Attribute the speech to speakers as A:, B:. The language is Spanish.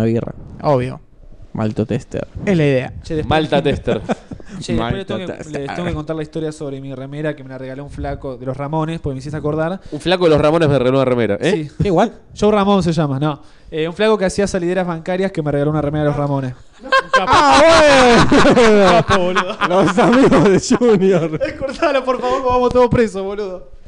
A: una birra.
B: Obvio.
A: Malto tester.
B: Es la idea.
C: Che, después-
D: Malta Tester.
C: Che, después le
A: Malta
C: tengo, que,
A: Tester.
C: les tengo que contar la historia sobre mi remera que me la regaló un flaco de los Ramones, porque me hiciste acordar.
D: Un flaco de los Ramones me regaló una remera. ¿Eh?
C: Sí.
A: Igual.
C: Joe Ramón se llama, no. Eh, un flaco que hacía salideras bancarias que me regaló una remera de los Ramones.
A: ¡Ah, bueno!
C: boludo.
A: Los amigos de Junior.
C: Cortala, por favor, vamos todos presos, boludo.